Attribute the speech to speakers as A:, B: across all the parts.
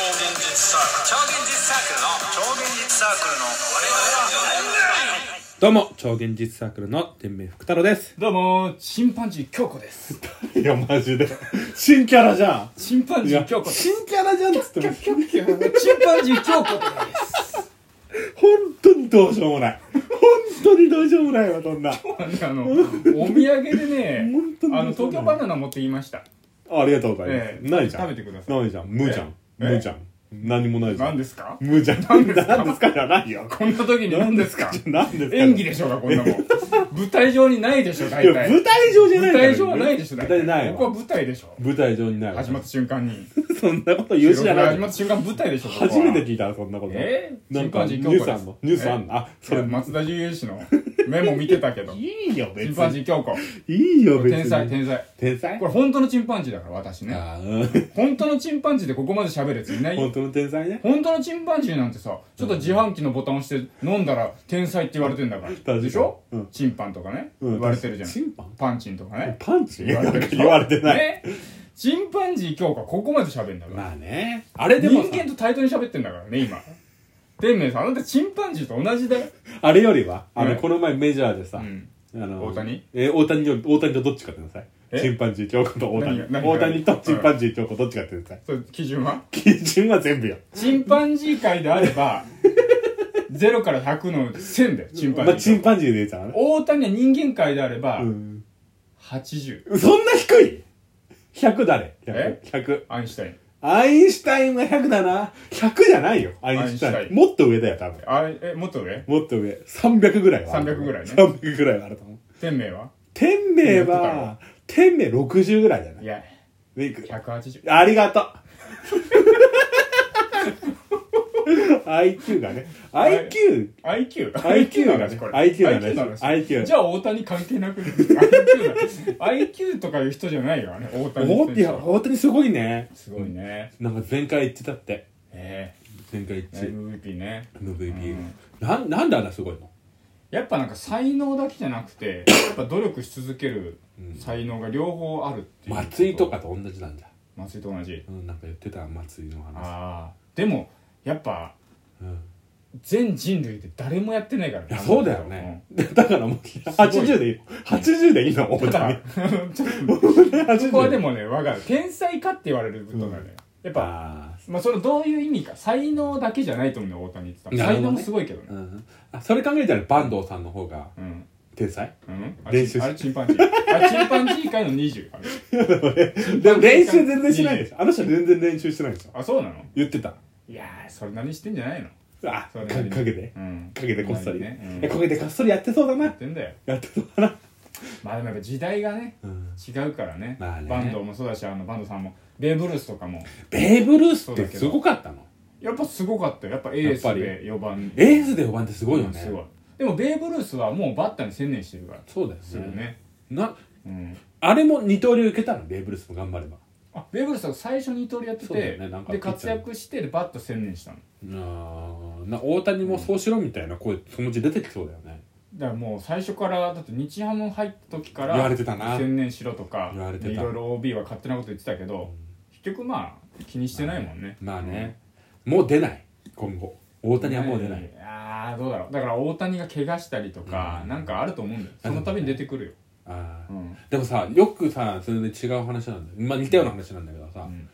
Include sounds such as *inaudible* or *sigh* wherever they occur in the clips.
A: サークル超現実サークルの超現実サークルの
B: どうも、超現実サークルの天命福太郎です。
C: どうもチンパンジー京子
B: *laughs*
C: です
B: いや、マジで。新キャラじゃん。
C: チンパンジー京子です
B: 新キャラじゃんっつっても、
C: チンパンジー京子です
B: 本当にどうしようもない。本当にどうしようもないわ、そんな。 *laughs* あ
C: あのお土産でね
B: 本当に
C: あの東京バナナ持ってきました
B: りがとうございます。
C: ええ
B: ないじゃん。
C: 食べてください
B: ないじゃん。無じゃん。
C: ええ
B: 無じゃん。何もないじゃ
C: 何
B: ん。
C: ですか
B: 無じゃん。
C: 何ですか
B: 何ですかじゃないよ。
C: こんな時に何ですか
B: 何ですか
C: 演技でしょうかこんなもん舞台上にないでしょ
B: い
C: 大
B: や、
C: 体
B: 舞台上じゃない
C: 舞
B: から
C: 台上はないでしょ
B: 舞
C: 大
B: 台
C: 体
B: ない
C: ここは
B: わ。
C: 舞台でしょ
B: 舞台上にないわ。
C: 始まった瞬間に
B: そんなこと言うしじゃない
C: 始まった瞬間舞台でしょここは
B: 初めて聞いたわそんなこと。
C: ええ
B: なんか、ニ
C: チン
B: ュ
C: パンジ
B: ー
C: ー
B: スあんのニュースあんのあ、そ
C: そ
B: れ
C: れ、松田重氏のメモ見てたけどチ
B: いいよ、 *laughs* 別
C: ンパンジ
B: に。
C: ー京子
B: いいよ、別に。
C: 天才天才
B: 天才
C: これ本当のチンパンジーだから私ね
B: ああ、うん
C: 本当のチンパンジーでここまで喋るやついないよ
B: 本当の天才ね。
C: 本当のチンパンジーなんてさちょっと自販機のボタン押して飲んだら天才って言われてんだか
B: か
C: ら
B: に
C: でしょ、
B: うん
C: チンパンとかね、
B: うん
C: 言われてるじゃん
B: チンパン
C: パンチンとかね
B: パンチ言われ
C: るでしょ
B: てない。
C: ねチンパンジー今日かここまで喋るんだから、
B: まあね。あれでも
C: 人
B: さ、
C: 間と対等に喋ってんだからね今天明さんあなたチンパンジーと同じだよ、
B: あれよりは、あの、
C: うん
B: この前メジャーで
C: う
B: さ、
C: ん、
B: あの、
C: 大谷
B: えー、大谷より、大谷とどっちかってください。
C: え
B: チンパンジー京子と大谷。
C: 何が何が
B: 大谷とチンパンジー京子どっちかってください。
C: それ基準は
B: 基準は全部よ。
C: チンパンジー界であれば0から100の1000だよチンパンジ
B: まあ、
C: ー
B: チンパンジーで言ったらね。
C: 大谷は人間界であれば、
B: うん。
C: 80
B: そんな低い ?100 誰 ?100。
C: え
B: 100。
C: アインシュタイン
B: アインシュタインは100だな。100じゃないよ。アインシュタ
C: アイン
B: イン。
C: シュタイン
B: もっと上だよ、多分。
C: あれえもっと上
B: もっと上。300ぐらいはある。
C: 300ぐらいね
B: 300ぐらいはあると思う。
C: 天明は
B: 天命
C: 言ってた
B: は
C: の、
B: 天命60ぐらいじゃない
C: いや
B: でいく
C: 180
B: ありがとう IQ がね。
C: はい
B: IQ、
C: IQ?IQ
B: IQ が
C: の
B: ね
C: 話これ
B: IQ の話
C: IQ の話
B: IQ
C: じゃあ大谷関係なくね IQ だ IQ とかいう人じゃないよね大谷
B: 大
C: 選
B: 谷、
C: 手
B: いや
C: は
B: 本当にすごいね。
C: すごいね
B: なんか前回言ってたって。
C: え
B: 前回言っ
C: え
B: て
C: MVP ね
B: MVP
C: うん。
B: なん、なんであんなすごいの
C: やっぱなんか才能だけじゃなくてやっぱ努力し続ける才能が両方あるっていう
B: 松井とかと同じなんじゃ。
C: 松井と同じ
B: うん、なんか言ってた松井の話。
C: ああでもやっぱ
B: うん。
C: 全人類で誰もやってないからね
B: いや、そうだよね。だからもう、80でいいの。80でいいの、
C: うん *laughs*
B: 大
C: ただ
B: 谷。
C: うんちょっ
B: *laughs*
C: とそこはでもね我が家天才かって言われることなのよ、やっぱ、
B: あー
C: まあ、それどういう意味か才能だけじゃないと思うね大谷って言った
B: な
C: ら
B: るほど
C: 才
B: ね
C: 能もすごいけどね
B: うんあそれ考えたら坂東さんの方が
C: うん
B: 天才
C: うん、あ
B: 練習し
C: ちあれチンパンジーあれチンパンジー界の20あれ
B: *laughs* でも練習全然しないでしょあの人全然練習してないでしょ
C: あそうなの
B: 言ってた
C: いやーそれなりにしてんじゃないの
B: あ
C: そ
B: か
C: れ
B: か
C: なり
B: け
C: に
B: て
C: うん
B: かけてこっそり
C: ね、うん
B: えかけてこっそりやってそうだ
C: や
B: な
C: ってんだよ
B: やってそうだな
C: まあでもやっぱ時代がね違うからね,、
B: まあね
C: バンドもそうだしあのバンドさんもベーブ・ルースとかも
B: ベーブ・ルースってすごかったの
C: やっぱすごかったよやっぱエース
B: やっぱり
C: で4番
B: エースで4番ってすごいよ
C: すごい
B: ね
C: でもベーブ・ルースはもうバッターに専念してるから
B: そうだ
C: す
B: よ
C: る
B: ね
C: ね、
B: な
C: うん、
B: あれも二刀流いけたのベーブ・ルースも頑張れば
C: あベーブ・ルースは最初二刀流やって
B: そうだよ
C: て、
B: ねなんか
C: で活躍してでバッター専念したの
B: あーな大谷もそうしろみたいな声気持ち出てきそうだよね
C: だからもう最初からだって日ハム入った時から
B: 言われてたな
C: 専念しろとか
B: 言われてた
C: でいろいろ OB は勝手なこと言ってたけど、結局まあ気にしてないもんね、
B: まあねもう出ない今後大谷はもう出ない
C: ああどうだろうだから大谷が怪我したりとか、
B: うん
C: なんかあると思うんだよその度に出てくるよ、
B: あー
C: うん
B: でもさよくさそれで違う話なんだよ、まあ、似たような話なんだけどさ
C: う、ん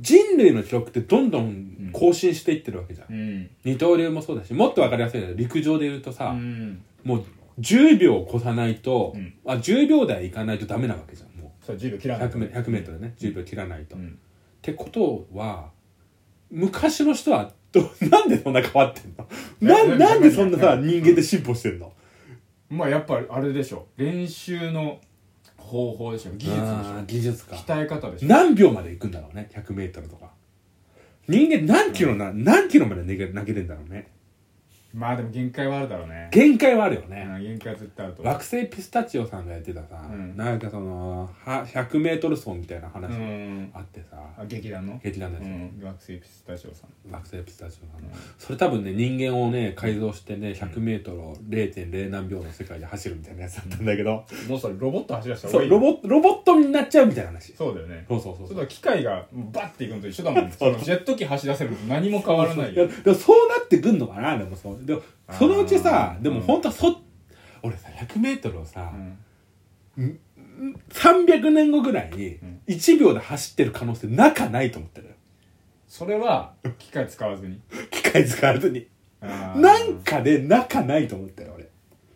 B: 人類の記録ってどんどん更新していってるわけじゃん、
C: うん
B: 二刀流もそうだしもっと分かりやすいのは陸上で言うと
C: う
B: さ、
C: ん
B: もう10秒を超さないと、
C: うん
B: あ10秒台いかないとダメなわけじゃんも
C: そう10秒切
B: う
C: らない
B: 100, メ100メートルね10秒切らないと、
C: う
B: っ
C: ん
B: てことは昔の人はどなんでそんな変わってんのな
C: え
B: なんでそんなさ
C: 何
B: 人間で進歩してんの
C: まあやっぱりあれでしょ練習の方法でしょ技術でし
B: あー技術か
C: ょ鍛え方でしょ
B: 何秒まで行くんだろうね 100m とか人間何キロな、何キロまで投げ投げれんだろうね
C: まあでも限界はあるだろうね
B: 限界はあるよね、
C: うん限界は絶対あると思う
B: 惑星ピスタチオさんがやってたさ、
C: うん
B: なんかそのは 100m 走みたいな
C: う
B: 話
C: ん
B: あってさ、
C: あ劇団の
B: 劇団のやつ、
C: うん学生ピスタチオさん
B: 惑星ピスタチオさんの、
C: うん
B: それ多分ね人間をね改造してね 100m を0.0何秒の世界で走るみたいなやつだったんだけど、
C: もうそれロボット走らせた方
B: そ
C: がいうい
B: ロ
C: ッ
B: ボロボットになっちゃうみたいな話
C: そうだよね
B: そうそうそう
C: そ
B: そうう
C: だ機械がバッていくのと一緒だもんそのジェット機走らせるのと何も変わらない
B: や
C: よ
B: でもそうなってくんのかなでもそうでも
C: あー
B: そのうちさで
C: う
B: も
C: ん
B: 本当はそ、俺さ 100m をさ、
C: うん
B: 300年後ぐらいに
C: ん
B: 1秒で走ってる可能性なかないと思ってるよ
C: それは機械使わずに
B: 機械使わずに
C: あー
B: なんかでなかないと思ってる俺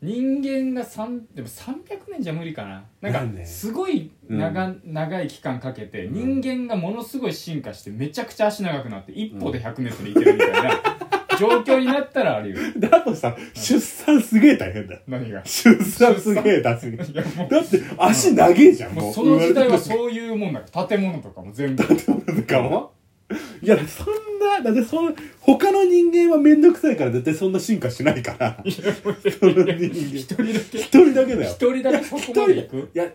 C: 人間が3でも300年じゃ無理かなな
B: なんん
C: か
B: です
C: ごい長,、長い期間かけて人間がものすごい進化してめちゃくちゃ足長くなって一歩で 100m でいけるみたい *laughs* な状況になったらあるよ
B: だとさ出産すげえ大変だよ
C: 何が
B: 出産すげえ大変だ
C: いやもう
B: って足長えじゃん
C: も
B: も
C: う
B: う
C: その時代は
B: 生ま
C: そういうもんだから建物とかも全部
B: れてくるかも *laughs* いやそんなだってその他の人間は面倒くさいから絶対そんな進化しないからその人
C: *laughs*
B: 間
C: 一
B: 一
C: 人だけ
B: 人だけだよ
C: 一人だけそこまで行く
B: いや、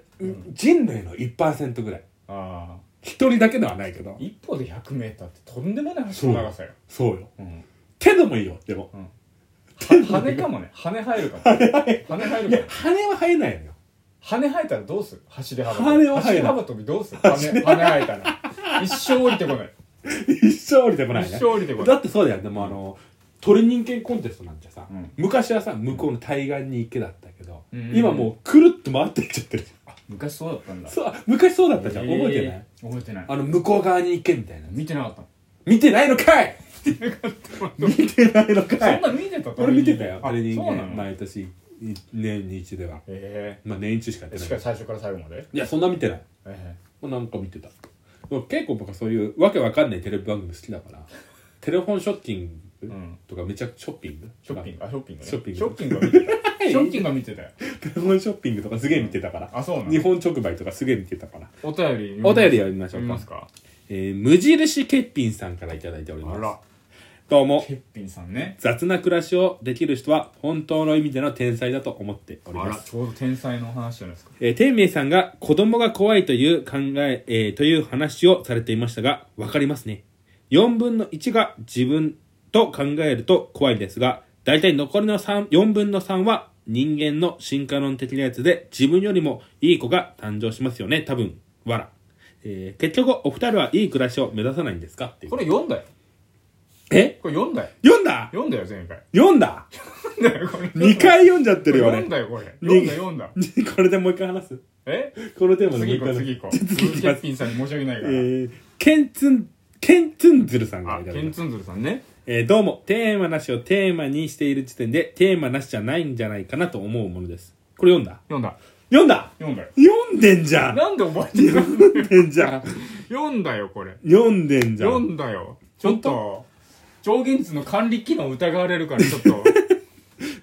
B: 人類の1%ぐらい
C: ああ
B: 一人だけではないけど
C: 一歩で 100m ってとんでもない足の長さよ、
B: そうよ
C: うん、
B: 手でもいいよでも
C: は羽かもね羽生えるかも羽生える
B: いや
C: かも
B: 羽は生えないのよ
C: 羽生えたらどうする走り幅跳び
B: 羽は生えない
C: 走り幅跳びどうする羽羽生えた
B: *laughs*
C: ら一生降りてこない
B: 一生降りてこない
C: 一
B: ね
C: 生降りてこな
B: だ
C: い
B: ってそうだよでもあの鳥人間コンテストなんてさ、
C: うん
B: 昔はさ向こうの対岸に行けだったけど、
C: うん
B: 今もうくるっと回っていっちゃってるじゃん
C: 昔そうだったんだ
B: そう昔そうだったじゃん、
C: えー
B: 覚えてない
C: 覚えてない
B: あの向こう側に行けみたいな
C: 見てなかった
B: 見てないのか
C: *laughs*
B: い見てないのか
C: そん
B: い
C: な見てた
B: 俺見てたよ
C: あ
B: 鳥人
C: そうな
B: 間
C: の
B: 毎年い年に一では
C: え
B: まあ年一しかやっ
C: え
B: て
C: し
B: な
C: か
B: い
C: も最初から最後まで
B: いやそんな見てない
C: え
B: なんか見てた結構僕はそういうわけわかんないテレビ番組好きだ
C: *laughs*
B: からテレフォンショッキン
C: え
B: グ
C: うん
B: とかめちゃくちゃショッピング
C: ショッピングあショッピングね
B: ショッピング
C: ショッピングは
B: *laughs*
C: 見てたショッピングは見てたよ
B: テレフォンショッピングとかすげえ見てたから、
C: あそうなの
B: 日本直売とかすげえ見てたから
C: お便り
B: お便り読みましょうか
C: 読みますか
B: えー、無印欠品さんからいただいており
C: あ
B: ます
C: ら
B: どうも
C: ケッピンさんね
B: 雑な暮らしをできる人は本当の意味での天才だと思っており
C: あ
B: ま
C: ら
B: す
C: ちょうど天才の話じゃないですか
B: えー、天明さんが子供が怖いという考ええーという話をされていましたがわかりますね4分の1が自分と考えると怖いですがだいたい残りの3 4分の3は人間の進化論的なやつで自分よりもいい子が誕生しますよね多分わら、えー結局お二人はいい暮らしを目指さないんですかっていう
C: これ読んだよ
B: え
C: これ読んだよ
B: 読んだ
C: 読んだよ前回
B: 読んだ
C: なんだよこれ
B: !2 回読んじゃってるよ
C: 読ん
B: ね
C: だよこれ読んだ読んだ
B: *laughs* これでもう一回話す
C: え
B: このテーマでもう
C: 次
B: 一
C: 行こ
B: 回
C: う
B: 話す
C: 次行こ
B: *laughs* 行き
C: う次
B: ます
C: ケッピンさんに申し訳ないか
B: え
C: ら
B: ー、ケンツン、ケンツンズルさんが
C: あ
B: いただ
C: ケ
B: き
C: ン
B: ます。
C: ツンズルさんね
B: えーどうも、テーマなしをテーマにしている時点で、テーマなしじゃないんじゃないかなと思うものです。これ読んだ
C: 読んだ
B: 読んだ
C: 読んだよ
B: 読んでんじゃん
C: なんで覚え *laughs* てるの
B: 読んでんじゃん
C: 読んだよこれ
B: 読んでんじゃ
C: 読
B: ん
C: んだよちょっ
B: 本当
C: と上限図の管理機能疑われる *laughs* からちょっと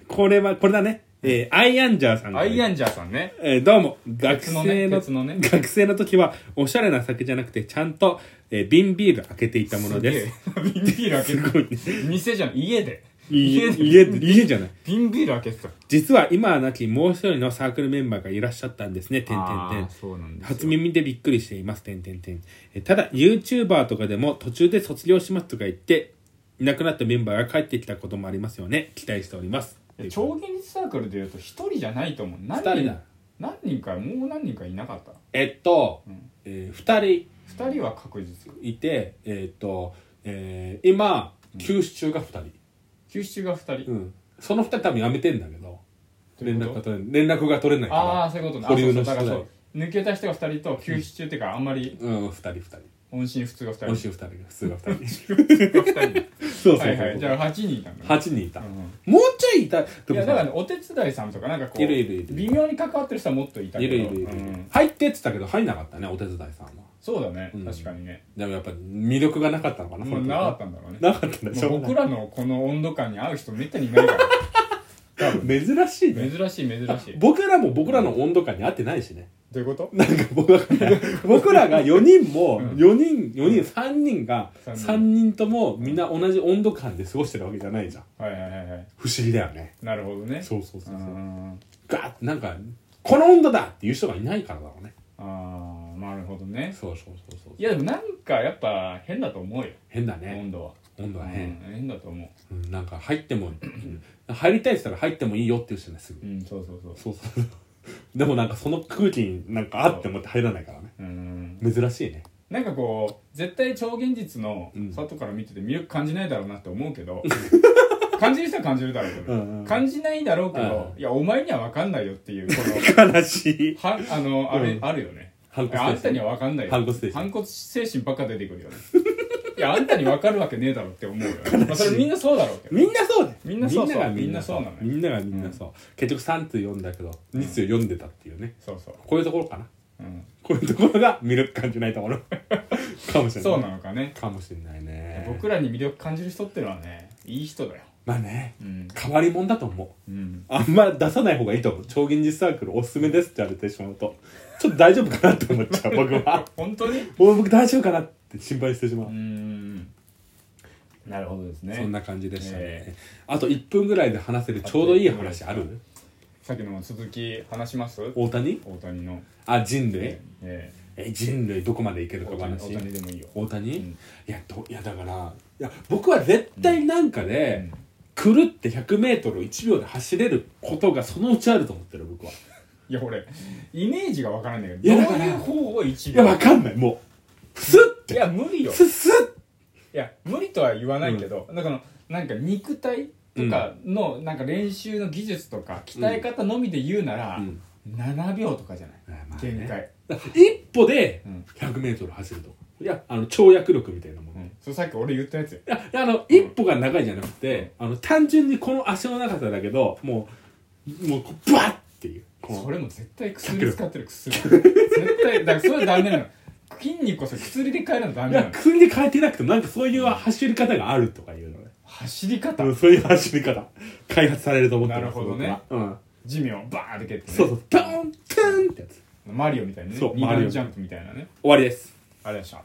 B: これは、これだね。えーアイアンジャーさんが
C: アイアンジャーさんね
B: えーどうも、学
C: 鉄のね
B: 生の、
C: 鉄のね
B: 学生の時は、おしゃれな酒じゃなくて、ちゃんと、えー瓶ビール開けていたものです。
C: すげえ瓶ビール開けて
B: すごいね。
C: 店じゃん家で
B: 家、
C: で
B: 家、家じゃない。
C: 瓶ビール開けてた
B: 実は今は亡きもう一人のサークルメンバーがいらっしゃったんですね、てんてんて
C: あ
B: ん
C: ー。そうなんですよ
B: 初耳でびっくりしています、てんてんてん。えただ、YouTuber とかでも途中で卒業しますとか言って、いなくなったメンバーが帰ってきたこともありますよね。期待しております。
C: いや超現実サークルでいうと一人じゃないと思う何
B: 二人だ
C: 何人かもう何人かいなかった
B: えっと、
C: ん
B: えー二人
C: 二人は確実
B: いて、えーっと、えー今、休止中が二人。
C: 九州が二人
B: うん。その二人多分やめてんだけど、
C: とい
B: 連
C: うこ
B: 絡
C: と
B: が取れ連絡が取れないから。
C: ああそういうことねあ
B: 保留の
C: そうそうだから
B: 人
C: そう抜けた人が二人と休止中っていうかあんまり
B: うん、二人二人。
C: 音信不通が二人
B: おいしい二人が、普通が二人。
C: 2
B: そうそうそう。
C: 人はいはいじゃあ8人いたんだね
B: 8人いた、
C: うん
B: もうちょいいた
C: い
B: で
C: や
B: も
C: だか
B: さ
C: らねお手伝いさんとかなんかこう
B: いるいるいる
C: 微妙に関わってる人はもっといたけ
B: い
C: ど
B: るいるいる、
C: うん
B: 入ってって言ったけど入んなかったねお手伝いさんは
C: そうだね
B: うん
C: 確かにね
B: でもやっぱ魅力がなかったのかな、
C: もうなかったんだろうね
B: なかったねしょ
C: も
B: う
C: う
B: が
C: 僕らのこの温度感に合う人めったに
B: *laughs*
C: いないから多分
B: ない珍しいね
C: 珍しい珍
B: *laughs*
C: しい
B: 僕らも僕らの温度感に合ってないしね、
C: どういうこと
B: なんか僕ら僕らが4人も4人4人3人が
C: 三人
B: 3人ともみんな同じ温度感で過ごしてるわけじゃないじゃん
C: はいはいはいはいはい
B: 不思議だよね
C: なるほどね
B: そうそうそう
C: う
B: そうんガーってなんかこの温度だっていう人がいないからだろうね
C: ああなるほどね
B: そうそうそうそう
C: いやでもなんかやっぱ変だと思うよ
B: 変だね
C: 温度は
B: 温度は変、
C: うん変だと思
B: うんなんか入ってもうん入りたいって言ったら入ってもいいよっていう人ねすぐ
C: ううんそうそうそう
B: そうそうそうでもなんかその空気になんかあって思って入らないからね
C: うん
B: 珍しいね
C: なんかこう絶対超現実の
B: うん
C: 外から見てて魅力感じないだろうなって思う
B: *laughs*
C: けど感じる人は感じるだろうけど、
B: うんうん
C: 感じないだろうけど、
B: う
C: いやお前には分かんないよっていうこ
B: *laughs* 悲しい
C: のはあのあれ、
B: うん
C: あるよね
B: 反
C: いやあんたには分かんないよ
B: 反骨精神
C: 反骨精神ばっか出てくるよねいやあんたに分かるわけねえだろって思うよ、ねまあ、それみんなそうだろうけど
B: みんなそうだよ
C: みんなそうそう
B: みんながみんなそう
C: みんなそうなのよ
B: みんながみんなそう、結局3通読んだけど2通読んでたっていうね
C: そうそう、
B: こういうところかな
C: うん、
B: こういうところが魅力感じない *laughs* ところかもしれない
C: そうなのかね
B: かもしれないね
C: 僕らに魅力感じる人ってのはねいい人だよ
B: まあね
C: うん
B: 変わり者だと思う
C: うん
B: あんま出さない方がいいと思う超現実サークルおすすめですって言われてしまうとちょっと大丈夫かなって思っちゃう僕は
C: 本当に
B: お僕大丈夫かなって心配してしまう、
C: うんなるほどですね
B: そんな感じでしたね、
C: え
B: あと1分ぐらいで話せるちょうどいい話あ
C: あと一
B: る
C: さっきの続き話します
B: 大谷
C: 大谷の
B: あ人類、
C: え
B: え人類どこまでいける
C: え
B: か
C: 大谷
B: 話
C: 大谷でもいいよ
B: 大谷、
C: うん
B: いやどいやだからいや僕は絶対なんかで、くるって 100m1 秒で走れることがそのうちあると思ってる僕はい
C: や俺イメージがわからないんだけ
B: い
C: ど
B: やだ
C: ど
B: か
C: う
B: ら
C: いう方を一
B: いや
C: 秒
B: わかんないもうスッ
C: いや無理よ
B: スッスッ
C: いや無理とは言わないけど、だからなんか肉体とかの、なんか練習の技術とか鍛え方のみで言うなら、
B: うん
C: 7秒とかじゃない、
B: まあね
C: 限界、
B: 一歩で
C: うん
B: 1 0 0ル走るといやあの跳躍力みたいなもの、
C: う
B: い
C: ん、それさっき俺言ったやつよ
B: やいやあの一歩が長いじゃなくて、あの単純にこの足の長さだけどもうもうこうバッっていうこの
C: それも絶対薬使ってる薬絶対だからそれはダメなの筋肉こそ薬で変えるのダメ
B: い
C: な
B: や
C: の
B: 薬で変えてなくてもなんかそういう走り方があるとかいうのね
C: *laughs* 走り方
B: 多分そういう走り方開発されると思ってます
C: なるほどね
B: 僕はうん
C: 地面をバーンって蹴ってね、
B: そうそうドーントゥーンってやつ終
C: マリオみたいなね
B: そう
C: 二
B: マリ
C: 段
B: オ
C: ジャンプみたいなね
B: わりです
C: あれでした